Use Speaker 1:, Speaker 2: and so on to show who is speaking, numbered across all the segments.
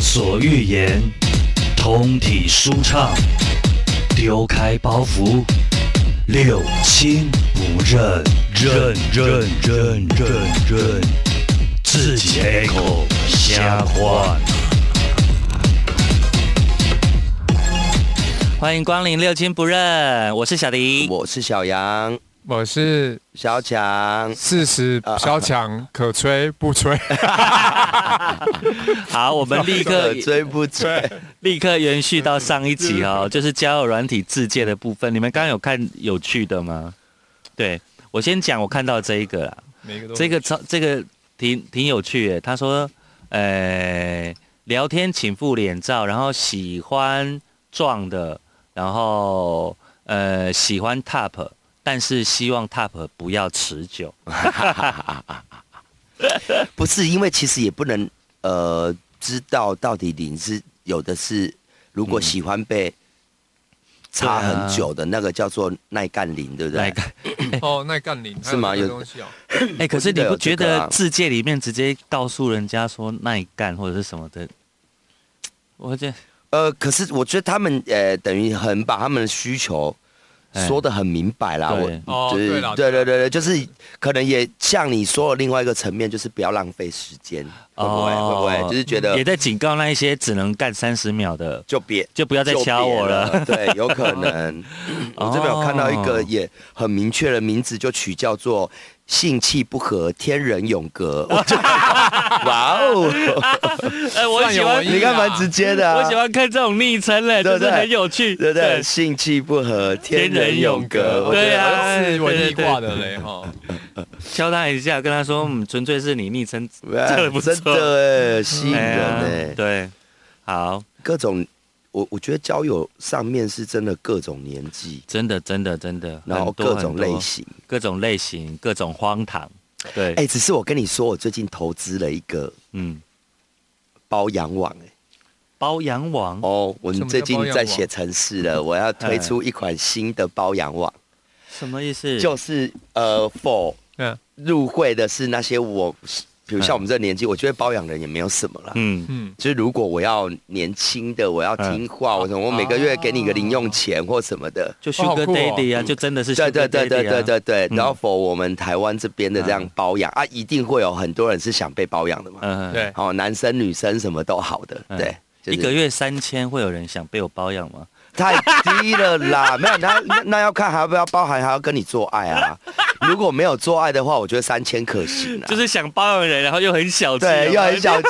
Speaker 1: 所欲言，通体舒畅，丢开包袱，六亲不认，认认认认认，自己开口瞎话。
Speaker 2: 欢迎光临六亲不认，我是小迪。
Speaker 3: 我是小杨，
Speaker 4: 我是
Speaker 3: 小强，
Speaker 4: 四十小强，可吹不吹？
Speaker 2: 好，我们立 刻
Speaker 3: 可追嗯不追？
Speaker 2: 立刻延续到上一集哦，就是交友软体自介的部分。你们刚刚有看有趣的吗？对我先讲，我看到这一个啦，
Speaker 4: 每个都
Speaker 2: 这个超这个挺挺有趣的。他说，呃，聊天请附脸照，然后喜欢壮的，然后呃喜欢 top，但是希望 top 不要持久。
Speaker 3: 不是，因为其实也不能呃知道到底你是有的是，如果喜欢被插很久的那个叫做耐干林，对不
Speaker 2: 来
Speaker 3: 对
Speaker 2: 个，？
Speaker 4: 哦，耐干林
Speaker 3: 是吗
Speaker 4: 还有这
Speaker 3: 有
Speaker 4: 个东西哦，
Speaker 2: 哎、可是
Speaker 3: 记
Speaker 2: 你
Speaker 3: 得
Speaker 2: 不
Speaker 3: 有这
Speaker 2: 觉
Speaker 3: 个
Speaker 2: 得
Speaker 3: 啊
Speaker 2: 自介里面直接告诉人家说耐干或者是什么的，我觉得
Speaker 3: 呃，可是我觉得他们呃等于很把他们的需求。
Speaker 2: 哎
Speaker 3: 说的很明白啦，
Speaker 2: 对
Speaker 3: 我
Speaker 4: 哦
Speaker 3: 就是
Speaker 4: 对啦
Speaker 3: 对对对对，就是可能也像你说的另外一个层面，就是不要浪费时间，会不会？会不会？就是觉得
Speaker 2: 哦也在警告那一些只能干三十秒的，
Speaker 3: 就别
Speaker 2: 就不要再
Speaker 3: 就
Speaker 2: 敲
Speaker 3: 别
Speaker 2: 我了。
Speaker 3: 了。对，有可能。我这边有看到一个
Speaker 2: 哦
Speaker 3: 也很明确的名字，就取叫做“性气不合，天人永 隔”。我就哇哦，
Speaker 2: 哎、我
Speaker 4: 算
Speaker 2: 喜
Speaker 4: 有
Speaker 2: 欢
Speaker 4: 文艺
Speaker 3: 你看蛮直接的
Speaker 2: 我
Speaker 3: 啊
Speaker 2: 喜，欢看这种昵称嘞，
Speaker 3: 对
Speaker 2: 就
Speaker 3: 不对
Speaker 2: 是很有趣，
Speaker 3: 对不对？性气不合，天人永隔。我觉
Speaker 2: 对
Speaker 3: 得
Speaker 2: 啊
Speaker 4: 好像是文
Speaker 2: 对
Speaker 4: 艺
Speaker 2: 对
Speaker 4: 化的嘞哈。
Speaker 2: 敲他一下，跟他说，嗯，纯粹是你昵称，
Speaker 3: 哇
Speaker 2: 这个不错
Speaker 3: 真的哎吸引
Speaker 2: 哎
Speaker 3: 人
Speaker 2: 呀
Speaker 3: 哎，
Speaker 2: 对，好，
Speaker 3: 各种。我我觉得交友上面是真的各种年纪，
Speaker 2: 真的，真的，真的，
Speaker 3: 然后
Speaker 2: 很多
Speaker 3: 各种
Speaker 2: 很多
Speaker 3: 类型。
Speaker 2: 各种类型，各种荒唐，对，
Speaker 3: 哎，只是我跟你说，我最近投资了一个
Speaker 2: 嗯，
Speaker 3: 包养网，哎，
Speaker 2: 包养网，
Speaker 3: 哦，我
Speaker 4: 什
Speaker 3: 们
Speaker 4: 么
Speaker 3: 最
Speaker 4: 叫
Speaker 3: 近
Speaker 4: 包养
Speaker 3: 在
Speaker 4: 网
Speaker 3: 写程式了，我要推出一款新的包养网，
Speaker 2: 什么意思？
Speaker 3: 就是呃，for
Speaker 4: 嗯
Speaker 3: 入会的是那些我，比如像
Speaker 2: 嗯
Speaker 3: 我们这个年纪，我觉得包养人也没有什么啦。
Speaker 2: 嗯，
Speaker 4: 嗯，
Speaker 3: 就是如果我要年轻的，我要听话，我什么我每个月给你个零用钱或什么的，
Speaker 2: 就
Speaker 4: 哦好
Speaker 2: Sugar
Speaker 4: 酷哦
Speaker 2: Daddy 啊，就真的是 Sugar
Speaker 3: 对
Speaker 2: Daddy 啊
Speaker 3: 对对对对对对。
Speaker 2: 嗯
Speaker 3: 然后 for 我们台湾这边的这样
Speaker 2: 嗯
Speaker 3: 包养啊，一定会有很多人是想被包养的嘛。
Speaker 2: 嗯，
Speaker 4: 对，
Speaker 3: 哦，男生女生什么都好的，
Speaker 2: 嗯
Speaker 3: 对。就是
Speaker 2: 一个月三千，会有人想被我包养吗？
Speaker 3: 太低了啦， 没有那那那要看还要不要包含还要跟你做爱啊。 如果没有做爱的话，我觉得三千可行啊。
Speaker 2: 就是想包养人，然后又很小气，有
Speaker 3: 对，又
Speaker 2: 没有
Speaker 3: 很 小气。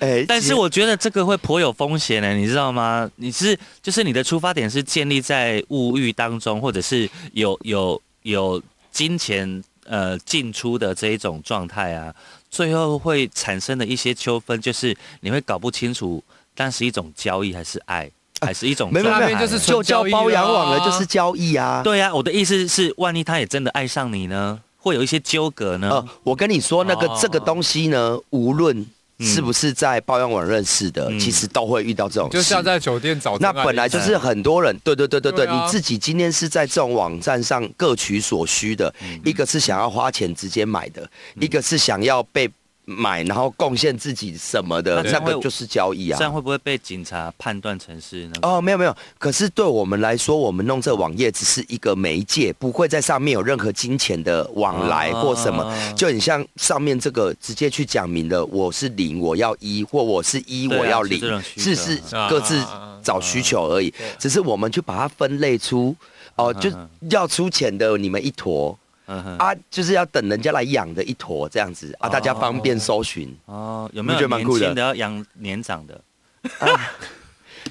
Speaker 3: 哎，
Speaker 2: 但
Speaker 3: 其
Speaker 2: 是
Speaker 3: 实
Speaker 2: 我觉得这个会颇有风险呢，你知道吗？你是就是你的出发点是建立在物欲当中，或者是有有有金钱呃进出的这一种状态啊，最后会产生的一些纠纷，就是你会搞不清楚，但是一种交易还是爱，还是一种
Speaker 3: 没有
Speaker 2: 状
Speaker 3: 没
Speaker 2: 态啊
Speaker 3: 有
Speaker 4: 那边就是纯
Speaker 3: 就叫
Speaker 4: 交易
Speaker 3: 包养
Speaker 4: 了
Speaker 3: 网了，
Speaker 4: 啊
Speaker 3: 就是交易啊。
Speaker 2: 对啊，我的意思是，万一他也真的爱上你呢，会有一些纠葛呢。
Speaker 3: 呃，我跟你说，那个
Speaker 4: 哦
Speaker 3: 这个东西呢，无论
Speaker 2: 嗯
Speaker 3: 是不是在包养网认识的，
Speaker 2: 嗯
Speaker 3: 其实都会遇到这种
Speaker 4: 就
Speaker 3: 事
Speaker 4: 像。在酒店啊找真
Speaker 3: 那
Speaker 2: 啊
Speaker 4: 爱的意思。
Speaker 3: 本来就是
Speaker 2: 哎
Speaker 3: 很多人，对对对对对，
Speaker 4: 对啊
Speaker 3: 你自己今天是在这种网站上各取所需的，
Speaker 2: 嗯
Speaker 3: 一个是想要花钱直接买的，一个是想要被买，然后贡献自己什么的，
Speaker 2: 那这
Speaker 3: 那
Speaker 2: 样
Speaker 3: 个
Speaker 2: 会
Speaker 3: 就是交易
Speaker 2: 这样
Speaker 3: 啊。
Speaker 2: 会不会被警察判断成是那个？
Speaker 3: 哦，没有没有，可是对我们来说，我们弄这网页只是一个媒介，不会在上面有任何金钱的往来或什么。
Speaker 2: 啊
Speaker 3: 就很像上面这个直接去讲明了，我是零，我要一，或我是一，
Speaker 2: 对啊
Speaker 3: 我要
Speaker 2: 是这种
Speaker 3: 零，
Speaker 2: 需求
Speaker 3: 是是
Speaker 4: 啊
Speaker 3: 各自
Speaker 4: 啊啊啊
Speaker 3: 找需求而已
Speaker 4: 对。
Speaker 3: 只是我们去把它分类出，哦，
Speaker 2: 嗯
Speaker 3: 就
Speaker 2: 嗯
Speaker 3: 要出钱的你们一坨
Speaker 2: 嗯哼
Speaker 3: 啊，就是要等人家来养的一坨这样子啊，
Speaker 2: 哦
Speaker 3: 大家方便搜寻。
Speaker 2: 哦，有没
Speaker 3: 你觉
Speaker 2: 有
Speaker 3: 得蛮
Speaker 2: 年
Speaker 3: 酷的
Speaker 2: 轻的要养年长的？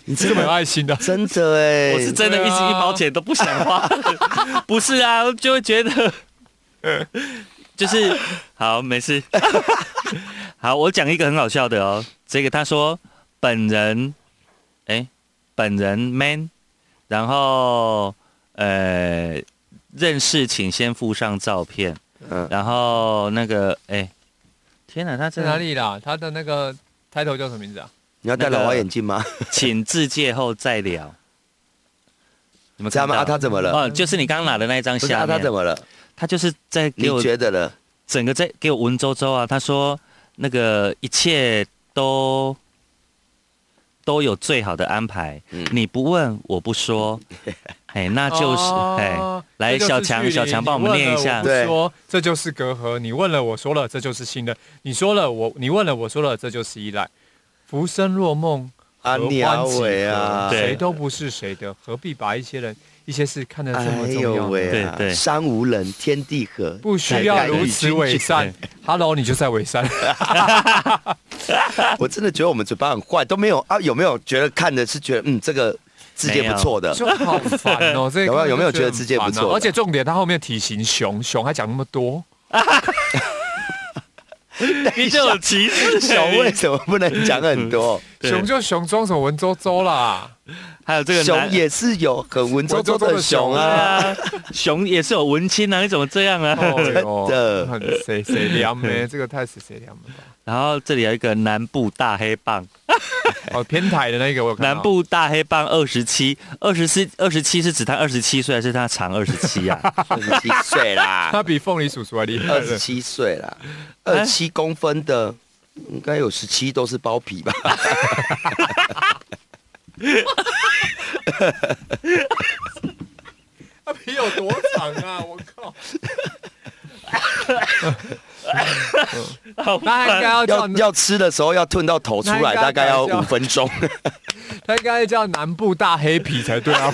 Speaker 3: 你
Speaker 4: 这
Speaker 3: 真
Speaker 4: 么有
Speaker 3: 的，
Speaker 4: 爱心的
Speaker 3: 真的哎，
Speaker 2: 我是真的一
Speaker 4: 对
Speaker 2: 直
Speaker 4: 啊
Speaker 2: 一毛钱都不想 花，不是啊，就会觉得
Speaker 3: 嗯
Speaker 2: 就是好没 事。好，我讲一个很好笑的哦，这个他说本人，哎、本人 man，然后呃认识请先附上照片，
Speaker 3: 嗯
Speaker 2: 然后那个哎、天哪，他在
Speaker 4: 在
Speaker 2: 哪
Speaker 4: 哪
Speaker 2: 里？
Speaker 4: 里啦？他的那个 title 叫什么名字啊？
Speaker 3: 你要戴老花眼镜吗？
Speaker 2: 请自介后再聊。你们
Speaker 3: 这
Speaker 2: 看
Speaker 3: 样吗？
Speaker 2: 到
Speaker 3: 啊，他怎么了？
Speaker 2: 哦，就是你刚刚拿的那一张
Speaker 3: 不是
Speaker 2: 下
Speaker 3: 啊，他
Speaker 2: 面，
Speaker 3: 怎么了？
Speaker 2: 他就是在给
Speaker 3: 你
Speaker 2: 我
Speaker 3: 觉得了？
Speaker 2: 整个在给我文绉绉啊。他说，那个一切都都有最好的安排，
Speaker 3: 嗯
Speaker 2: 你不问我不 说，哎，那就是哎、
Speaker 4: 哦
Speaker 2: 来
Speaker 4: 这就是
Speaker 2: 小强
Speaker 4: 距离
Speaker 2: 小强帮我们念一下
Speaker 4: 你
Speaker 3: 对
Speaker 4: 问了我不说这就是隔阂，你问了我说了，这就是信任；你说了我，你问了我说了，这就是依赖。浮生若梦，
Speaker 3: 啊
Speaker 4: 合欢
Speaker 3: 你啊
Speaker 4: 几何
Speaker 3: 喂啊
Speaker 2: 对
Speaker 4: 谁都不是谁的，何必把一些人、一些事看得这么
Speaker 3: 哎
Speaker 4: 重
Speaker 3: 呦
Speaker 4: 要呢？
Speaker 3: 喂啊，
Speaker 2: 对对
Speaker 3: 山无人，天地合，哎
Speaker 4: 不需要如
Speaker 3: 乃
Speaker 4: 此
Speaker 3: 敢与
Speaker 4: 伪
Speaker 3: 君
Speaker 4: 善。Hello，你就在伪善。
Speaker 3: 绝。我真的觉得我们嘴巴很坏，都没有啊？有没有觉得看的是觉得嗯，这个世界不错的？
Speaker 4: 就好烦 哦！这
Speaker 3: 有没有有没有觉得
Speaker 4: 自
Speaker 3: 自
Speaker 4: 己
Speaker 3: 己不错的
Speaker 4: 哦而且重点，他后面体型熊，熊还讲那么多，
Speaker 2: 你就有歧视
Speaker 3: 小为什么不能讲很 多？
Speaker 2: 对
Speaker 4: 熊就熊装什么文绉绉 啦？
Speaker 2: 还有这个
Speaker 3: 熊
Speaker 2: 男
Speaker 3: 也是有很文绉绉
Speaker 4: 文绉绉
Speaker 3: 的熊
Speaker 4: 的熊
Speaker 2: 对
Speaker 3: 啊，
Speaker 2: 啊，熊也是有文青啊，你怎么这样啊？
Speaker 4: 哦
Speaker 3: 真的
Speaker 4: 很谁谁凉没？这个太谁谁凉了吧？
Speaker 2: 然后这里有一个南部大黑棒，
Speaker 4: 哦，偏台的那个我有看到
Speaker 2: 南部大黑棒二十七，二十七，二十七是指他二十七岁，还是他长二十七啊？
Speaker 3: 二十七岁啦，
Speaker 4: 他哎比凤梨叔叔还厉害
Speaker 3: 二十
Speaker 4: 了。
Speaker 3: 七岁啦，二七公分的。应该有十七都是包皮吧？
Speaker 4: 哎他皮有多长啊？我 靠！
Speaker 2: 好
Speaker 4: 他应
Speaker 2: 吧，
Speaker 4: 该要
Speaker 3: 要
Speaker 4: 叫
Speaker 3: 要吃的时候要吞到头出来，大概要
Speaker 4: 那应该
Speaker 3: 五分钟。
Speaker 4: 他应该叫南部大黑皮才对啊！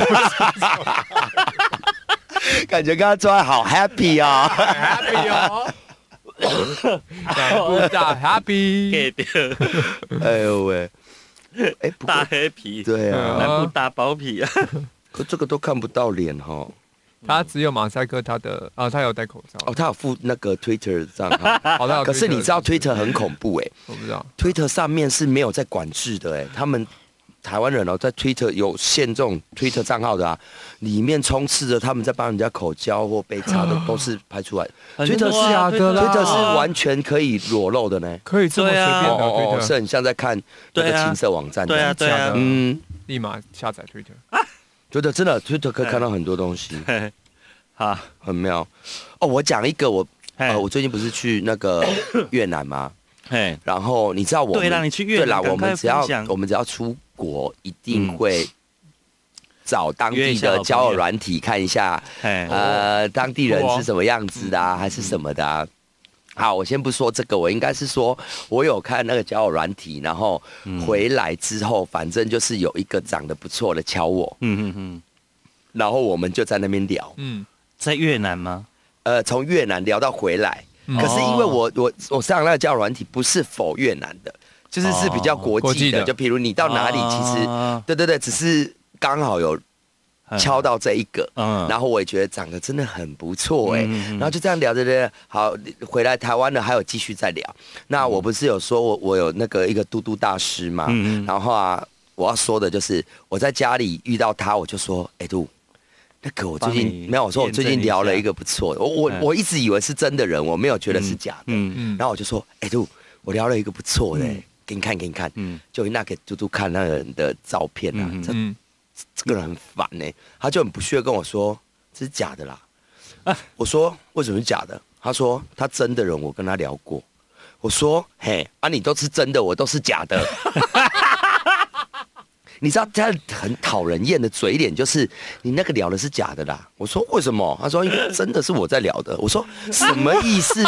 Speaker 3: 感觉刚刚做爱好 happy 啊！
Speaker 4: happy 哦，南部大 happy，
Speaker 2: 给的
Speaker 3: 哎呦喂，哎，不过
Speaker 2: 大嗯黑皮，
Speaker 3: 对啊，
Speaker 2: 南部大包皮啊，
Speaker 3: 可这个都看不到脸哈。
Speaker 4: 他只有马赛克，他的啊，他有戴口罩
Speaker 3: 哦，，他有附那个 Twitter 的账 号，
Speaker 4: 好
Speaker 2: 哦
Speaker 4: 的。
Speaker 3: 可是你知道
Speaker 4: 推
Speaker 3: Twitter 很恐怖
Speaker 2: 嗯
Speaker 3: 哎
Speaker 4: 我不知道。
Speaker 3: ，Twitter 上面是没有在管制的哎，他们台湾人哦，在 Twitter 有限这种 Twitter 账号的啊，里面充斥着他们在帮人家口交或被 插的，都是拍出来。
Speaker 2: 很
Speaker 3: Twitter
Speaker 2: 多
Speaker 3: 是
Speaker 2: 啊
Speaker 4: 假的啦
Speaker 3: Twitter 是完全可以裸露的呢。
Speaker 4: 可以这么随便
Speaker 3: 哦
Speaker 2: 对啊
Speaker 4: 的
Speaker 3: 哦哦，
Speaker 4: 推
Speaker 3: 是
Speaker 4: 特，
Speaker 3: 很像在看那个
Speaker 2: 对啊
Speaker 3: 情色网站的。
Speaker 2: 对啊，对啊
Speaker 4: 假，的
Speaker 3: 嗯。
Speaker 4: 立马下载推特。
Speaker 3: 觉得真
Speaker 2: 哎
Speaker 3: 的 Twitter 可以看到很多东西，
Speaker 2: 嘿好，
Speaker 3: 很妙。哦，我讲一个，我
Speaker 2: 嘿
Speaker 3: 呃，我最近不是去那个越南吗？
Speaker 2: 嘿，
Speaker 3: 然后你知道我们
Speaker 2: 对啦你去越南
Speaker 3: 对啦，
Speaker 2: 赶
Speaker 3: 我
Speaker 2: 快
Speaker 3: 们只要
Speaker 2: 分享嗯
Speaker 3: 我们只要出国，一定会找当
Speaker 2: 约一
Speaker 3: 地
Speaker 2: 下好朋
Speaker 3: 的
Speaker 2: 友哎
Speaker 3: 交友软体看一下，
Speaker 2: 嘿，
Speaker 3: 呃，当地人
Speaker 4: 不错哦
Speaker 3: 是什么样子的、啊，还是什么的、啊。好，我先不说这个，我应该是说，我有看那个交友软体，然后
Speaker 2: 嗯
Speaker 3: 回来之后，反正就是有一个长得不错的敲我，
Speaker 2: 嗯嗯嗯，
Speaker 3: 然后我们就在那边聊，
Speaker 4: 嗯，
Speaker 2: 在越南吗？
Speaker 3: 呃，从越南聊到回来，
Speaker 4: 嗯
Speaker 3: 可是因为我我我上那个交友软体不是否越南的，就是是比较哦国
Speaker 4: 国
Speaker 3: 际
Speaker 4: 际
Speaker 3: 的，哦
Speaker 4: 的
Speaker 3: 就比如你到哪里，其实、
Speaker 2: 啊
Speaker 3: 对对对，只是刚好有敲，到这一个，
Speaker 2: 嗯
Speaker 3: 然后我也觉得长得真的很不错哎、
Speaker 2: 嗯嗯嗯
Speaker 3: 然后就这样聊着聊着，好回来台湾了，还有继续再聊。
Speaker 2: 嗯
Speaker 3: 那我不是有说我我有那个一个嘟嘟大师嘛，
Speaker 2: 嗯嗯
Speaker 3: 然后啊，我要说的就是我在家里遇到他，我就说，哎、嘟。那个我最
Speaker 2: 帮你
Speaker 3: 近没有，我说我最
Speaker 2: 验
Speaker 3: 近
Speaker 2: 证一
Speaker 3: 聊了
Speaker 2: 下
Speaker 3: 一个不错的，我我
Speaker 2: 嗯
Speaker 3: 我一直以为是真的人，我没有觉得是假的。
Speaker 2: 嗯
Speaker 4: 嗯
Speaker 3: 然后我就说，哎、嘟，我聊了一个不错的、给你看给你看，
Speaker 2: 嗯
Speaker 3: 就那给嘟嘟看那个人的照片啊，
Speaker 2: 嗯嗯
Speaker 3: 这
Speaker 4: 嗯，
Speaker 3: 这个人很烦呢、他就很不屑跟我说这是假的啦。我说为什么是假的？他说他真的人，我跟他聊过。我说嘿啊，你都是真的，我都是假的。你知道他很讨人厌的嘴脸，就是你那个聊的是假的啦。我说为什么？他说因为真的是我在聊的。我说什么意思？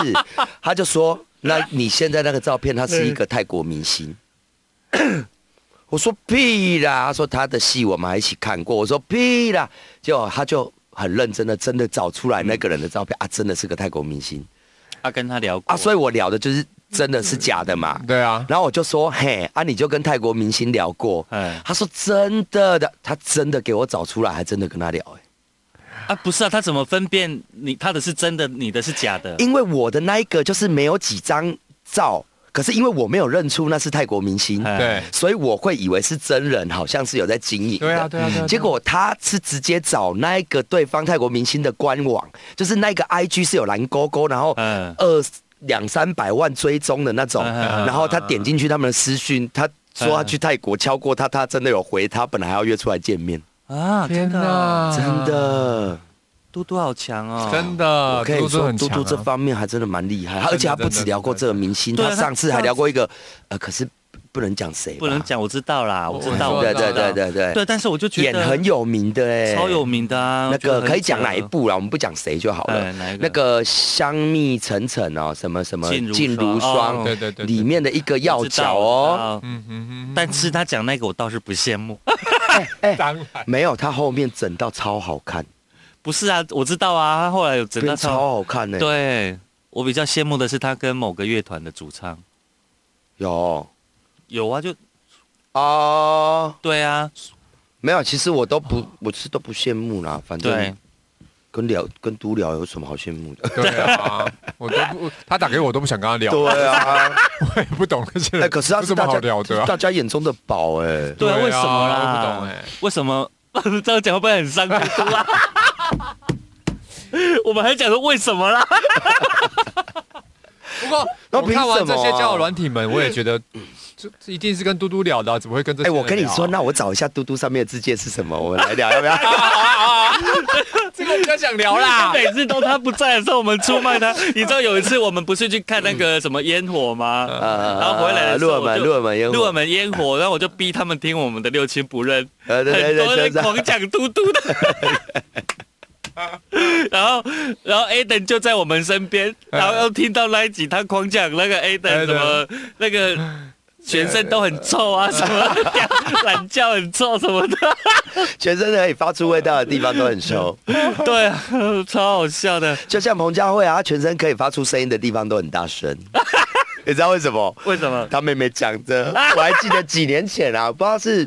Speaker 3: 他就说那你现在那个照片，他是一个泰国明星。我说屁啦！他说他的戏我们还一起看过。我说屁啦！结果他就很认真的，真的找出来那个人的照片、
Speaker 4: 嗯
Speaker 3: 啊，真的是个泰国明星
Speaker 4: 哦
Speaker 2: 啊，跟他聊过
Speaker 3: 啊，所以我聊的就是真的是假的嘛。
Speaker 4: 对啊，
Speaker 3: 然后我就说嘿啊，你就跟泰国明星聊过？
Speaker 4: 嗯
Speaker 2: 哎
Speaker 3: 他说真的的，他真的给我找出来，还真的跟他聊、欸。
Speaker 2: 啊，不是啊，他怎么分辨你他的是真的，你的是假的？
Speaker 4: 嗯
Speaker 3: 因为我的那一个就是没有几张照，可是因为我没有认出那是泰国明星，
Speaker 2: 哎
Speaker 4: 对，
Speaker 3: 所以我会以为是真人，好像是有在经营的。
Speaker 4: 对啊，对
Speaker 2: 嗯
Speaker 4: 啊，对啊。
Speaker 3: 嗯结果他是直接找那一个对方泰国明星的官网，就是那个 IG 是有蓝勾勾，然后
Speaker 2: 嗯
Speaker 3: 二两三百万追踪的那种，
Speaker 2: 嗯嗯嗯嗯
Speaker 3: 然后他点进去他们的私讯，他说他去泰国敲过他，他真的有回他，本来还要约出来见面，
Speaker 2: 啊，
Speaker 4: 天
Speaker 2: 哪，
Speaker 4: 哪，
Speaker 3: 真的。
Speaker 2: 嘟嘟好强哦，
Speaker 4: 真
Speaker 3: 我
Speaker 4: 的，
Speaker 3: 跟
Speaker 4: 嘟
Speaker 3: 你
Speaker 4: 嘟
Speaker 3: 说，
Speaker 4: 很
Speaker 3: 嘟
Speaker 4: 强
Speaker 3: 嘟这
Speaker 4: 啊。
Speaker 3: 方面还真的蛮厉害，
Speaker 4: 真的
Speaker 3: 而且他不
Speaker 4: 真
Speaker 3: 止
Speaker 4: 的
Speaker 3: 聊过这个明星，
Speaker 2: 对啊
Speaker 3: 他
Speaker 2: 他
Speaker 3: 上次还聊过一个，呃，可是不能讲谁，
Speaker 2: 不能，讲，我知道啦，我知道，
Speaker 4: 我
Speaker 2: 我
Speaker 3: 对
Speaker 2: 知
Speaker 3: 对
Speaker 2: 道
Speaker 3: 对对对，
Speaker 2: 对，但是我就觉
Speaker 3: 演
Speaker 2: 得
Speaker 3: 很有名的哎，
Speaker 2: 超有名的啊，
Speaker 3: 那
Speaker 2: 我觉
Speaker 3: 个
Speaker 2: 得
Speaker 3: 可以讲
Speaker 2: 很扯
Speaker 3: 哪一？部啦？我们不讲谁就好了
Speaker 2: 哎。哪一个
Speaker 3: 那个香蜜沉沉哦，什么什么
Speaker 2: 烬如
Speaker 3: 烬如
Speaker 2: 霜
Speaker 3: 霜，
Speaker 2: 哦
Speaker 4: 对对对对
Speaker 3: 里面的一个要角哦。，
Speaker 2: 我知道
Speaker 4: 嗯哼哼，
Speaker 2: 但是他讲那个我倒是不羡慕，
Speaker 3: 哎
Speaker 4: 当然，
Speaker 3: 没有，他后面整到超好看，
Speaker 2: 不是啊，我知道啊，他后来有整到
Speaker 3: 变超好看呢。
Speaker 2: 对我比较羡慕的是他跟某个乐团的主唱
Speaker 3: 有
Speaker 2: 有啊，就
Speaker 3: 哦，
Speaker 2: 对啊，
Speaker 3: 没有，其实我都不，我是都不羡慕啦，反
Speaker 2: 对
Speaker 3: 正。跟聊跟独聊有什么好羡慕的？
Speaker 4: 对啊，我都不，他打给我都不想跟他聊，我
Speaker 3: 对啊，
Speaker 4: 也不懂这些人，
Speaker 3: 哎，可是他
Speaker 4: 有
Speaker 3: 是
Speaker 4: 什么
Speaker 3: 大
Speaker 4: 好
Speaker 3: 家
Speaker 4: 聊的啊？
Speaker 3: 大家眼中的宝哎。
Speaker 2: 对啊，
Speaker 4: 对啊
Speaker 2: 为什么啦？
Speaker 4: 我不懂欸
Speaker 2: 为什么 这样讲会不会很伤感度啦？ 我们还讲说为什么啦？
Speaker 4: 不过
Speaker 3: 那
Speaker 4: 我看完
Speaker 3: 凭什
Speaker 4: 这
Speaker 3: 么啊
Speaker 4: 些交友软体们，我也觉得这这一定是跟嘟嘟聊的啊、怎么会跟这
Speaker 3: 哎、
Speaker 4: 些人聊
Speaker 3: 我
Speaker 4: 啊？
Speaker 3: 跟你说，那我找一下嘟嘟上面的字界是什么，我们来聊， 要不要？
Speaker 4: 这个比较想聊啦。
Speaker 2: 每次都他不在的时候，我们出卖他。你知道有一次我们不是去看那个什么烟火吗？
Speaker 3: 嗯呃
Speaker 2: 然后回来的时
Speaker 3: 入
Speaker 2: 候
Speaker 3: 我
Speaker 2: 我
Speaker 3: 们，
Speaker 2: 就
Speaker 3: 入我们，烟火
Speaker 2: 入我，们烟火，然后我就逼他们听我们的六亲不认，
Speaker 3: 呃，对对
Speaker 2: 很多
Speaker 3: 对，
Speaker 2: 人
Speaker 3: 真的
Speaker 2: 狂讲嘟嘟 的。然后，然后 Aden 就在我们身边，然后又听到那一集他狂讲那个 Aden
Speaker 4: Aiden
Speaker 2: 什么那个全身都很臭啊，什么 懒觉很臭什么的，
Speaker 3: 全身可以发出味道的地方都 很熟，
Speaker 2: 对啊，超好笑的。
Speaker 3: 就像彭佳慧啊，她全身可以发出声音的地方都很大声， 你知道为什么？
Speaker 2: 为什么？
Speaker 3: 她妹妹讲的，我还记得几年前啊，不知道是。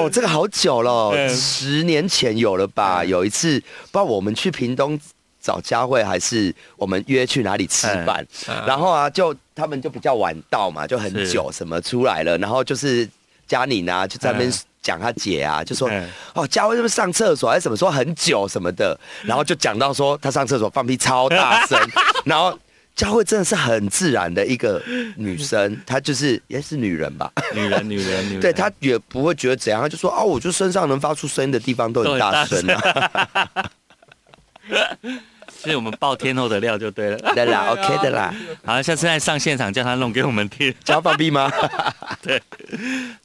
Speaker 3: 哦，这个好久了 哦、
Speaker 2: 嗯
Speaker 3: 十年前有了吧？有一次，不知道我们去屏东找佳慧，还是我们约去哪里吃饭，然后啊，就他们就比较晚到嘛，就很
Speaker 2: 嗯是
Speaker 3: 久什么出来了，然后就是佳宁啊，就在那边
Speaker 2: 嗯
Speaker 3: 讲她姐啊，就说、
Speaker 2: 嗯
Speaker 3: 哦，佳慧是不是上厕所还是什么说很久什么的，然后就讲到说她上厕所放屁超大 声，然后。佳慧真的是很自然的一个女 生，她就是也是女人吧，
Speaker 2: 女人，女人，女人。
Speaker 3: 对她也不会觉得怎样，她就说哦，我就身上能发出声音的地方都很大声 啊，
Speaker 2: 所以我们爆天后的料就对 了。
Speaker 3: 对啦，OK 的 啦，
Speaker 2: 好，下次再上现场叫他弄给我们听。
Speaker 3: 叫她放屁吗？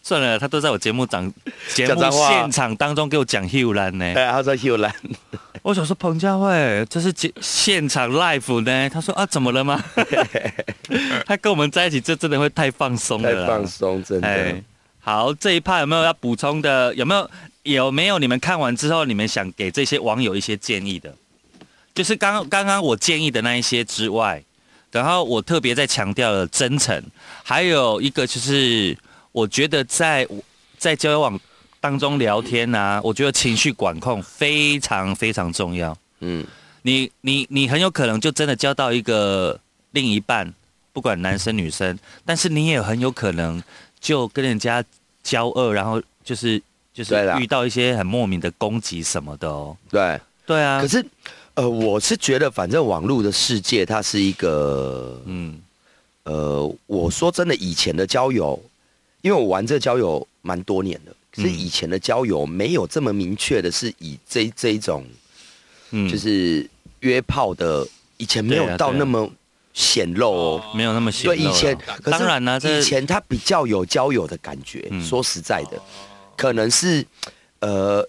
Speaker 2: 算了，他都在我节目长节目
Speaker 3: 脏话
Speaker 2: 现场当中给我讲 Hugh 兰呢。
Speaker 3: 哎，她说又来，
Speaker 2: 我想说彭佳慧，这是节现场 live 呢。他说啊，怎么了吗？ 他跟我们在一起，这真的会太放松了
Speaker 3: 太
Speaker 2: 啦。
Speaker 3: 放松，真的
Speaker 2: 哎。，好，这一趴有没有要补充的？有没有有没有你们看完之后，你们想给这些网友一些建议的？就是刚刚刚我建议的那一些之外，然后我特别在强调了真诚，还有一个就是我觉得在在交友网当中聊天啊，我觉得情绪管控非常非常重要。
Speaker 3: 嗯，
Speaker 2: 你你你很有可能就真的交到一个另一半，不管男生女生，但是你也很有可能就跟人家交恶，然后就是就是
Speaker 3: 对啦
Speaker 2: 遇到一些很莫名的攻击什么的哦。
Speaker 3: 对。
Speaker 2: 对啊，
Speaker 3: 可是，呃，我是觉得，反正网络的世界，它是一个，
Speaker 2: 嗯
Speaker 3: 呃，我说真的，以前的交友，因为我玩这个交友蛮多年的，可是
Speaker 2: 嗯
Speaker 3: 以前的交友没有这么明确的是以这这一种
Speaker 2: 嗯，
Speaker 3: 就是约炮的，以前没
Speaker 2: 对
Speaker 3: 有
Speaker 2: 啊
Speaker 3: 到
Speaker 2: 对啊
Speaker 3: 那么显露哦。
Speaker 2: 没有那么显
Speaker 3: 对，
Speaker 2: 露
Speaker 3: 以
Speaker 2: 了
Speaker 3: 前可是
Speaker 2: 当然啦啊这
Speaker 3: 以前他比较有交友的感觉。
Speaker 2: 嗯
Speaker 3: 说实在的，可能是呃，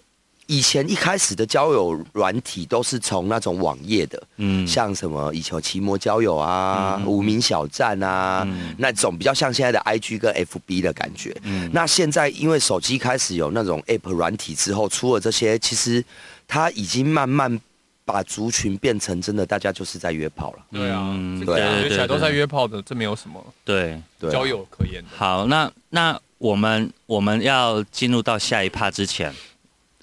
Speaker 3: 以前一开始的交友软体都是从那种网页的，
Speaker 2: 嗯
Speaker 3: 像什么以前有奇摩交友啊、
Speaker 2: 嗯
Speaker 3: 无名小站啊、
Speaker 2: 嗯
Speaker 3: 那种比较像现在的 IG 跟 FB 的感觉。
Speaker 2: 嗯
Speaker 3: 那现在因为手机开始有那种 App 软体之后，出了这些，其实它已经慢慢把族群变成真的，大家就是在约炮了。
Speaker 4: 对啊，
Speaker 2: 嗯
Speaker 4: 这
Speaker 3: 对啊
Speaker 4: 感觉起来
Speaker 2: 对对
Speaker 4: 都在约炮的，这没有什么
Speaker 2: 对。
Speaker 3: 对啊，
Speaker 4: 交友可言的。
Speaker 2: 好，那那我们我们要进入到下一趴之前，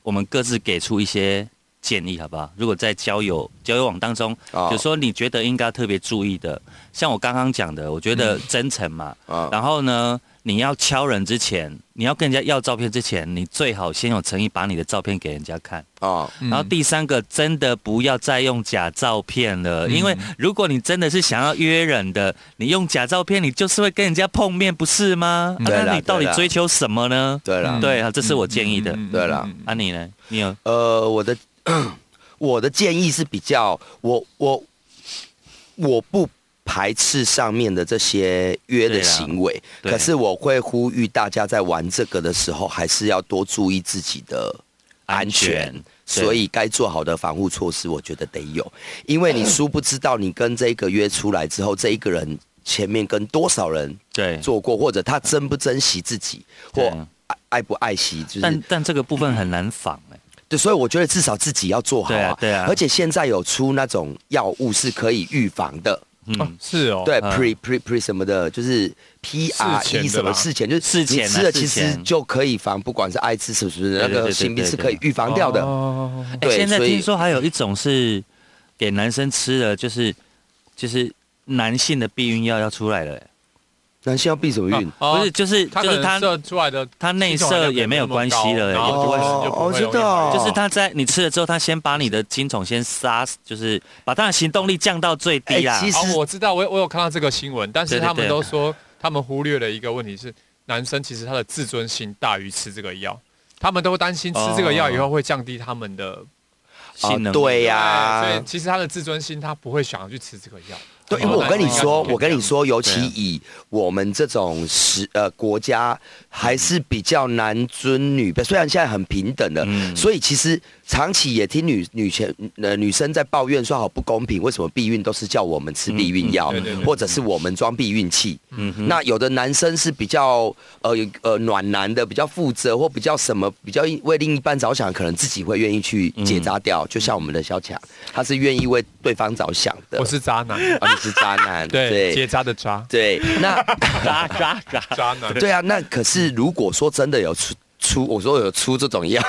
Speaker 2: 我们各自给出一些建议，好不好？如果在交友交友网当中，
Speaker 3: 哦
Speaker 2: 比如说你觉得应该特别注意的，像我刚刚讲的，我觉得真诚嘛，
Speaker 3: 嗯啊，
Speaker 2: 然后呢，你要敲人之前，你要跟人家要照片之前，你最好先有诚意把你的照片给人家看。
Speaker 3: 啊，
Speaker 4: 嗯
Speaker 2: 然后第三个，真的不要再用假照片了，
Speaker 4: 嗯
Speaker 2: 因为如果你真的是想要约人的，你用假照片，你就是会跟人家碰面，不是吗？啊
Speaker 3: 对啦
Speaker 2: 那你到底
Speaker 3: 对啦
Speaker 2: 追求什么呢？
Speaker 3: 对了
Speaker 4: 嗯，
Speaker 2: 对啊，这是我建议的。
Speaker 4: 嗯嗯嗯嗯
Speaker 3: 对啦
Speaker 4: 嗯
Speaker 2: 啊，你呢？你有
Speaker 3: 呃，我的 我的建议是比较，我我我不排斥上面的这些约的
Speaker 2: 对啦
Speaker 3: 行为，
Speaker 2: 对
Speaker 3: 可是我会呼吁大家在玩这个的时候，还是要多注意自己的安全。
Speaker 2: 安全对
Speaker 3: 所以该做好的防护措施，我觉得得有，
Speaker 2: 嗯
Speaker 3: 因为你殊不知道你跟这个约出来之后，这一个人前面跟多少人
Speaker 2: 对，
Speaker 3: 做过，或者他珍不珍惜自己，或
Speaker 2: 对啊
Speaker 3: 爱爱不爱惜，就是
Speaker 2: 但但这个部分很难仿哎、
Speaker 3: 对，所以我觉得至少自己要做好啊。
Speaker 2: 对啊对啊
Speaker 3: 而且现在有出那种药物是可以预防的，
Speaker 4: 哦
Speaker 2: 嗯，
Speaker 4: 是哦，
Speaker 3: 对
Speaker 2: 嗯
Speaker 3: ，pre pre pre 什么的，就是
Speaker 4: 事前
Speaker 3: PRE
Speaker 4: 的
Speaker 3: 什么
Speaker 4: 啦
Speaker 3: 事前，就是
Speaker 2: 事前啊
Speaker 3: 你吃了
Speaker 2: 事
Speaker 3: 其实
Speaker 2: 前
Speaker 3: 就可以防，不管是艾滋什么什么的
Speaker 2: 对
Speaker 3: 那
Speaker 2: 对
Speaker 3: 个
Speaker 2: 对
Speaker 3: 性
Speaker 2: 对
Speaker 3: 病是
Speaker 2: 对
Speaker 3: 可以预防掉的。
Speaker 4: 哦
Speaker 2: 哎、
Speaker 3: 对
Speaker 2: 现在
Speaker 3: 所以
Speaker 2: 听说还有一种是给男生吃的，就是就是男性的避孕药要出来了、哎
Speaker 3: 男性要避什么孕？
Speaker 2: 不是，就是
Speaker 4: 哦他
Speaker 2: 就
Speaker 4: 可
Speaker 2: 是
Speaker 4: 能
Speaker 2: 他
Speaker 4: 射出来的
Speaker 2: 它内射也没有关系了、
Speaker 4: 然后就会
Speaker 3: 哦
Speaker 4: 就不会容易
Speaker 3: 哦知道
Speaker 4: 怀孕
Speaker 2: 就是他在你吃了之后，他先把你的精虫先杀死，就是把他的行动力降到最低啊。
Speaker 3: 哎 其实
Speaker 4: 哦，我知道，我有我有看到这个新闻，但是
Speaker 2: 对对
Speaker 4: 他们
Speaker 2: 对
Speaker 4: 都说他们忽略了一个问题是，男生其实他的自尊心大于吃这个药，他们都担心吃这个药以后会降低他们的，
Speaker 2: 性能、
Speaker 3: 啊哦对哎呀、
Speaker 4: 对哎所以其实他的自尊心他不会想要去吃这个药。
Speaker 3: 对，
Speaker 4: 哦
Speaker 3: 因为我跟你
Speaker 4: 那
Speaker 3: 说，
Speaker 4: 应该是
Speaker 3: 我跟你说，尤其
Speaker 2: 对啊
Speaker 3: 以我们这种时呃国家，还是比较男尊女
Speaker 4: 嗯
Speaker 3: 卑，虽然现在很平等的，
Speaker 2: 嗯
Speaker 3: 所以其实长期也听女女权呃女生在抱怨说好不公平，为什么避孕都是叫我们吃避孕药，
Speaker 4: 嗯嗯对对对
Speaker 3: 或者是我们装避孕器？
Speaker 2: 嗯哼，
Speaker 3: 那有的男生是比较呃有呃暖男的，比较负责或比较什么，比较为另一半着想，可能自己会愿意去
Speaker 4: 嗯
Speaker 3: 结扎掉。就像我们的小强，他是愿意为对方着想的。
Speaker 4: 我是渣 男，
Speaker 3: 啊，你是渣男，
Speaker 4: 对，
Speaker 3: 对
Speaker 4: 结扎的渣，
Speaker 3: 对，那
Speaker 2: 渣渣渣，
Speaker 4: 渣男，
Speaker 3: 对啊，那可是如果说真的有出出，我说有出这种药，